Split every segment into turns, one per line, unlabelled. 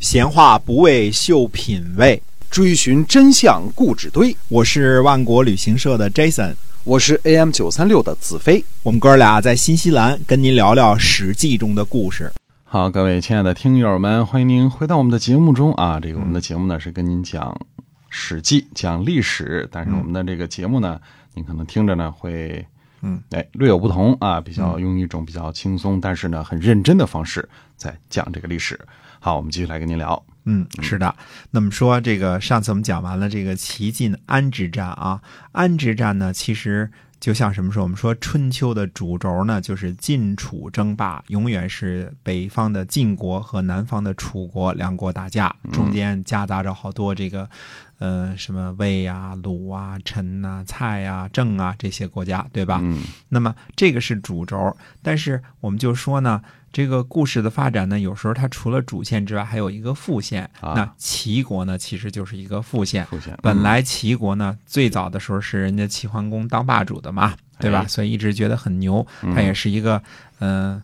闲话不为秀品味，
追寻真相故纸堆。
我是万国旅行社的 Jason，
我是 AM 九三六的子飞。
我们哥俩在新西兰跟您聊聊《史记》中的故事。
好，各位亲爱的听友们，欢迎您回到我们的节目中啊！这个我们的节目呢是跟您讲《史记》讲历史，但是我们的这个节目呢，您可能听着呢会，
嗯，
哎，略有不同啊，比较用一种比较轻松，但是呢很认真的方式在讲这个历史。好，我们继续来跟您聊。
嗯，是的。那么说，啊这个上次我们讲完了这个齐晋安之战啊，安之战呢，其实就像什么说，我们说春秋的主轴呢，就是晋楚争霸，永远是北方的晋国和南方的楚国两国打架，
嗯
中间夹杂着好多这个，呃，什么魏呀、鲁啊、陈呐、蔡呀、郑啊这些国家，对吧？
嗯
那么这个是主轴，但是我们就说呢，这个故事的发展呢，有时候它除了主线之外，还有一个副线。
啊
那齐国呢，其实就是一个副线。
出现
本来齐国呢，最早的时候是人家齐桓公当霸主的嘛，对吧？
哎
所以一直觉得很牛。它也是一个，嗯、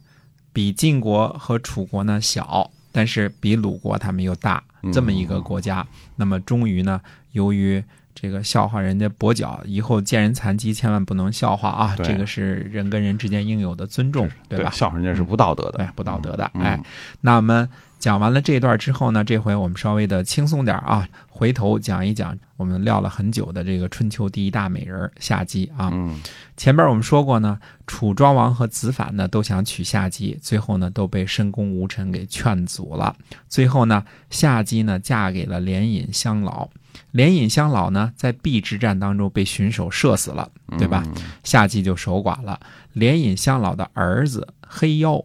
比晋国和楚国呢小，但是比鲁国他们又大
嗯
这么一个国家。那么终于呢，由于这个笑话人家跛脚，以后见人残疾千万不能笑话啊！
对
这个是人跟人之间应有的尊重，对吧？
笑话人家是不道德的
对，，不道德的。
嗯
哎，那我们讲完了这段之后呢，这回我们稍微的轻松点啊，回头讲一讲我们聊了很久的这个春秋第一大美人儿夏姬啊。
嗯
前边我们说过呢，楚庄王和子反呢都想娶夏姬，最后呢都被申公吴臣给劝阻了。最后呢，夏姬呢嫁给了连尹相老，连尹相老呢在壁之战当中被巡守射死了，
嗯
对吧？夏姬就守寡了。连尹相老的儿子黑妖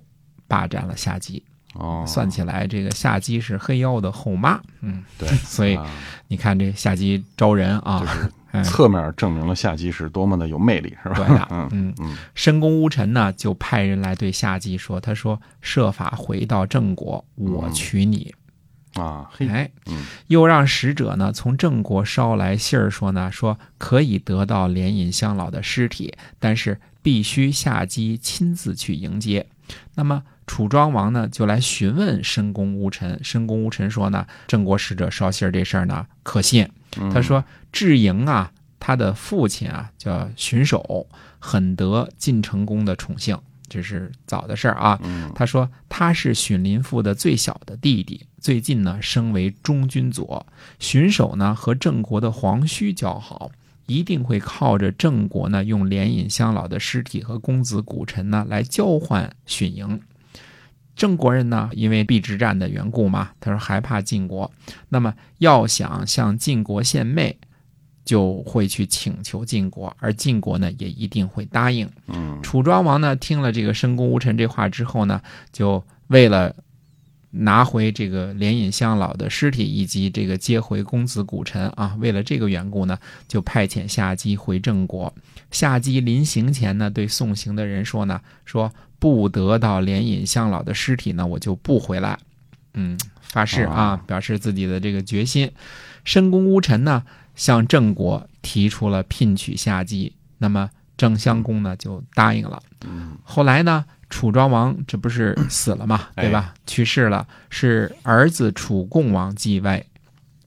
霸占了夏姬，
哦，
算起来这个夏姬是黑妖的后妈。嗯，
对，
所以
啊
你看这夏姬招人啊，
就是
哎
侧面证明了夏姬是多么的有魅力，是吧？
对的
嗯
嗯
嗯，
申公巫臣呢就派人来对夏姬说：“他说设法回到郑国，我娶你。
啊，嘿，
哎，
嗯
又让使者呢从郑国捎来信儿说呢，说可以得到连尹相老的尸体，但是必须夏姬亲自去迎接。那么。楚庄王呢，就来询问申公巫臣。申公巫臣说呢，郑国使者捎信儿这事儿呢，可信。
嗯
他说，智莹啊，他的父亲啊叫荀守，很得晋成公的宠幸，这是早的事儿啊。
嗯
他说他是荀林父的最小的弟弟，最近呢升为中军佐。荀守呢和郑国的黄须交好。一定会靠着郑国呢，用连尹相老的尸体和公子古臣呢来交换荀营。郑国人呢，因为避之战的缘故嘛，他说害怕晋国，那么要想向晋国献媚，就会去请求晋国，而晋国呢也一定会答应。
嗯
楚庄王呢听了这个申公巫臣这话之后呢，就为了拿回这个连尹相老的尸体以及这个接回公子古臣啊，为了这个缘故呢，就派遣夏姬回郑国。夏姬临行前呢，对送行的人说呢，说不得到连尹相老的尸体呢，我就不回来。嗯，发誓啊
啊，
表示自己的这个决心。申公巫臣呢，向郑国提出了聘娶夏姬，那么郑襄公呢就答应了。
嗯
后来呢，楚庄王这不是死了嘛，
哎
对吧？去世了，是儿子楚共王继位。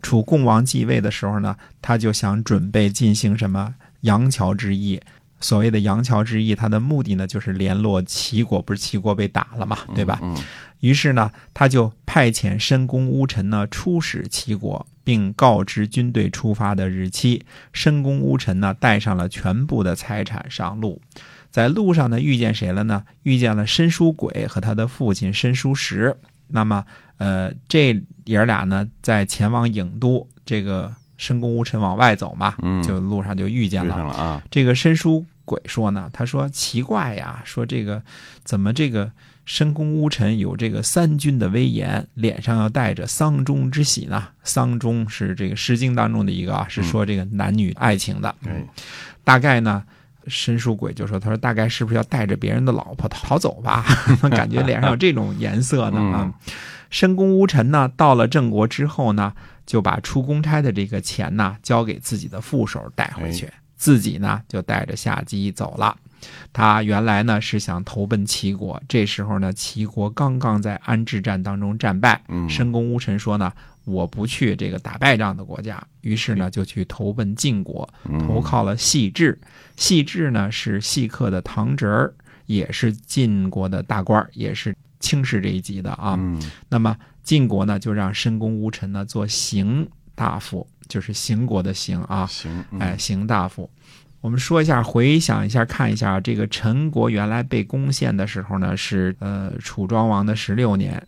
楚共王继位的时候呢，他就想准备进行什么阳桥之役。所谓的阳桥之役，他的目的呢，就是联络齐国，不是齐国被打了嘛，对吧？
嗯
于是呢，他就派遣申公巫臣呢出使齐国，并告知军队出发的日期。申公巫臣呢带上了全部的财产上路，在路上呢遇见谁了呢？遇见了申叔轨和他的父亲申叔石。那么，呃，这爷儿俩呢在前往郢都，这个申公巫臣往外走嘛，
嗯
就路上就遇见
遇
了
上。了啊，
这个申叔鬼说呢，他说奇怪呀，说这个怎么这个申公巫臣有这个三军的威严，脸上要带着丧钟之喜呢？丧钟是这个《诗经》当中的一个啊，是说这个男女爱情的。
哎，
大概呢，申叔鬼就说，他说大概是不是要带着别人的老婆逃走吧？感觉脸上有这种颜色呢啊。申公巫臣呢，到了郑国之后呢，就把出公差的这个钱呢，交给自己的副手带回去，自己呢就带着夏姬走了。他原来呢是想投奔齐国，这时候呢，齐国刚刚在安置战当中战败，
嗯
申公巫臣说呢，我不去这个打败仗的国家，于是呢就去投奔晋国，投靠了细致。细致呢是细客的堂侄儿，也是晋国的大官儿，也是卿士这一级的啊。
嗯
那么晋国呢就让申公巫臣呢做邢大夫，就是邢国的邢啊。
行，嗯
哎，邢大夫。我们说一下，回想一下，看一下这个陈国原来被攻陷的时候呢，是呃楚庄王的十六年，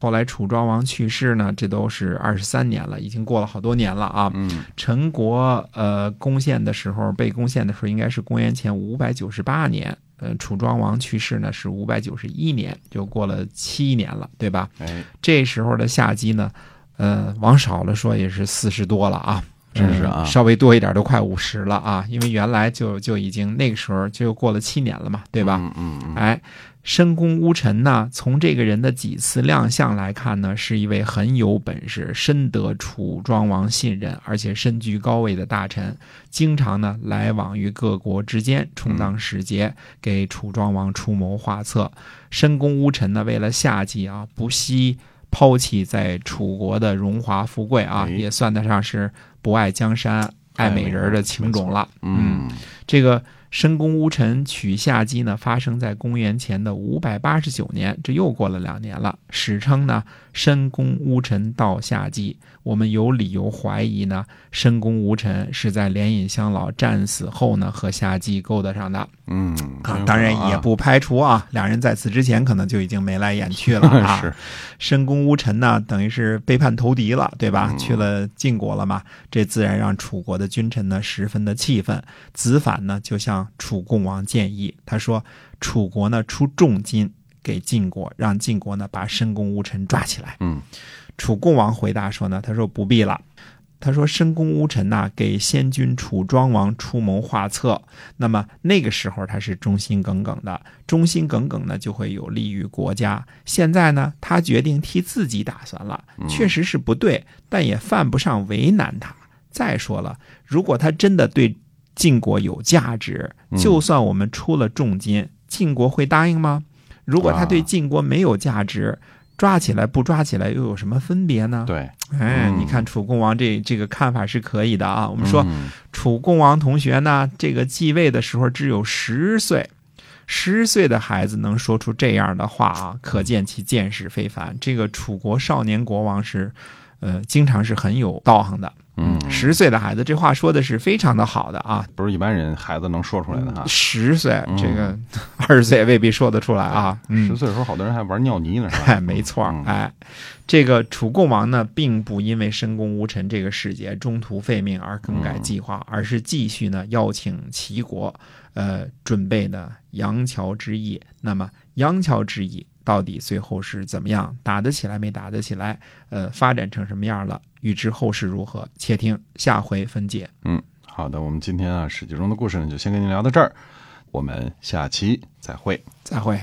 后来楚庄王去世呢，这都是二十三年了，已经过了好多年了啊。
嗯
陈国呃攻陷的时候，被攻陷的时候应该是公元前五百九十八年，呃楚庄王去世呢是五百九十一年，就过了七年了，对吧？
哎，
这时候的夏姬呢，呃，往少了说也是四十多了啊，
真是啊
嗯稍微多一点都快五十了啊，因为原来就就已经那个时候就过了七年了嘛，对吧？
嗯嗯嗯，
哎，申公巫臣呢，从这个人的几次亮相来看呢，是一位很有本事、深得楚庄王信任，而且身居高位的大臣，经常呢来往于各国之间，充当使节，给楚庄王出谋划策。申公巫臣呢，为了下计啊，不惜。抛弃在楚国的荣华富贵啊，
哎
也算得上是不爱江山爱美人儿的情种了。
嗯
这个申公巫臣娶夏姬呢，发生在公元前的五百八十九年，这又过了两年了，史称呢申公巫臣盗夏姬。我们有理由怀疑呢，申公巫臣是在连尹相老战死后呢和夏姬勾搭上的
嗯，
啊，当然也不排除啊，两人在此之前可能就已经眉来眼去了啊。
是，
申公巫臣呢，等于是背叛投敌了，对吧？
嗯
去了晋国了嘛，这自然让楚国的君臣呢十分的气愤。子反呢就向楚共王建议，他说楚国呢出重金给晋国，让晋国呢把申公巫臣抓起来。
嗯
楚共王回答说呢，他说不必了。他说：“申公巫臣呐、给先君楚庄王出谋划策。那么那个时候他是忠心耿耿的，忠心耿耿呢，就会有利于国家。现在呢，他决定替自己打算了，确实是不对，但也犯不上为难他。再说了，如果他真的对晋国有价值，
嗯
就算我们出了重金，晋国会答应吗？如果他对
啊
晋国没有价值，抓起来不抓起来又有什么分别呢？
对，
哎，
嗯
你看楚共王这这个看法是可以的啊。我
我
们说楚共王同学呢，这个继位的时候只有十岁，十岁的孩子能说出这样的话
嗯
啊，可见其见识非凡。这个楚国少年国王是，呃，经常是很有道行的。
嗯
十岁的孩子这话说的是非常的好的啊。
不是一般人孩子能说出来的哈。
嗯
嗯
十岁，这个 二十岁未必说得出来啊。嗯
十岁的时候，好多人还玩尿泥呢，是吧？
哎，没错儿
嗯，
哎，这个楚共王呢，并不因为申公无臣这个使节中途废命而更改计划，而是继续呢邀请齐国，呃，准备呢杨桥之役。那么杨桥之役到底最后是怎么样？打得起来没打得起来？呃，发展成什么样了？预知后事如何？且听下回分解。
嗯，好的，我们今天啊《史记》中的故事呢，就先跟您聊到这儿，我们下期再会。
再会。